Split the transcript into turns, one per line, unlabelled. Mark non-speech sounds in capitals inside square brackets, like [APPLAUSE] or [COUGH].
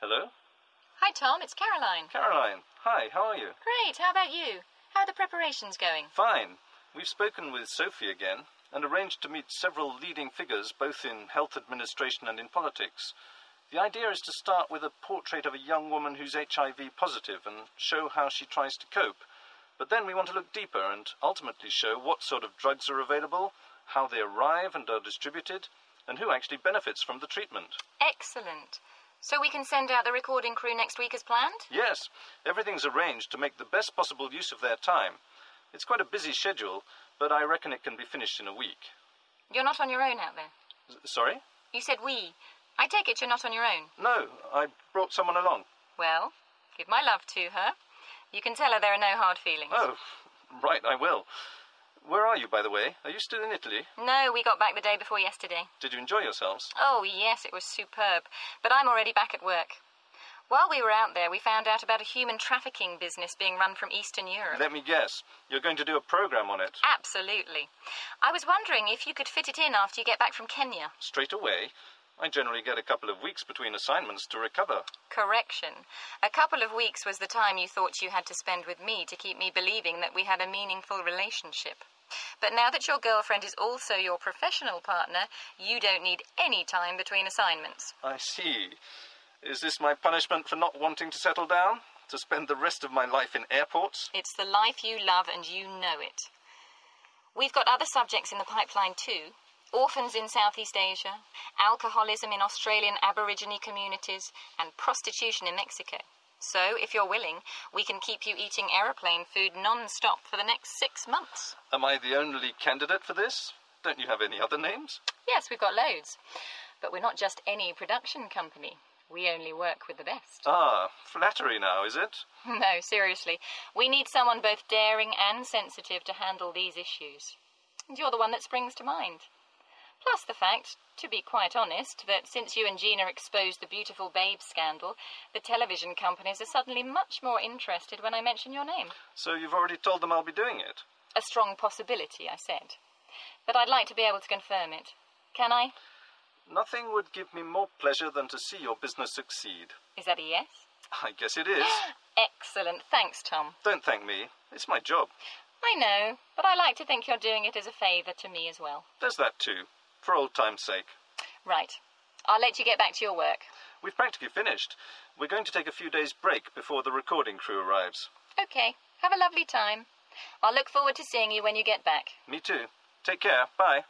Hello?
Hi, Tom. It's Caroline.
Caroline. Hi, how are you?
Great. How about you? How are the preparations going?
Fine. We've spoken with Sophie again and arranged to meet several leading figures both in health administration and in politics. The idea is to start with a portrait of a young woman who's HIV positive and show how she tries to cope. But then we want to look deeper and ultimately show what sort of drugs are available, how they arrive and are distributed, and who actually benefits from the treatment.
Excellent. So we can send out the recording crew next week as planned?
Yes, everything's arranged to make the best possible use of their time. It's quite a busy schedule, but I reckon it can be finished in a week.
You're not on your own out there.
S- sorry?
You said we. I take it you're not on your own.
No, I brought someone along.
Well, give my love to her. You can tell her there are no hard feelings.
Oh, [LAUGHS] right, I will. Where are you, by the way? Are you still in Italy?
No, we got back the day before yesterday.
Did you enjoy yourselves?
Oh, yes, it was superb. But I'm already back at work. While we were out there, we found out about a human trafficking business being run from Eastern Europe.
Let me guess. You're going to do a program on it
Absolutely. I was wondering if you could fit it in after you get back from Kenya.
straight away. I generally get a couple of weeks between assignments to recover.
Correction. A couple of weeks was the time you thought you had to spend with me to keep me believing that we had a meaningful relationship. But now that your girlfriend is also your professional partner, you don't need any time between assignments.
I see. Is this my punishment for not wanting to settle down? To spend the rest of my life in airports?
It's the life you love and you know it. We've got other subjects in the pipeline too orphans in Southeast Asia, alcoholism in Australian Aborigine communities, and prostitution in Mexico. So, if you're willing, we can keep you eating aeroplane food non stop for the next six months.
Am I the only candidate for this? Don't you have any other names?
Yes, we've got loads. But we're not just any production company. We only work with the best.
Ah, flattery now, is it?
[LAUGHS] No, seriously. We need someone both daring and sensitive to handle these issues. And you're the one that springs to mind. Plus the fact, to be quite honest, that since you and Gina exposed the beautiful babe scandal, the television companies are suddenly much more interested when I mention your name.
So you've already told them I'll be doing it?
A strong possibility, I said. But I'd like to be able to confirm it. Can I?
Nothing would give me more pleasure than to see your business succeed.
Is that a yes?
I guess it
[GASPS]
is.
Excellent. Thanks, Tom.
Don't thank me. It's my job.
I know, but I like to think you're doing it as a favour to me as well.
There's that too, for old time's sake.
Right. I'll let you get back to your work.
We've practically finished. We're going to take a few days' break before the recording crew arrives.
Okay. Have a lovely time. I'll look forward to seeing you when you get back.
Me too. Take care. Bye.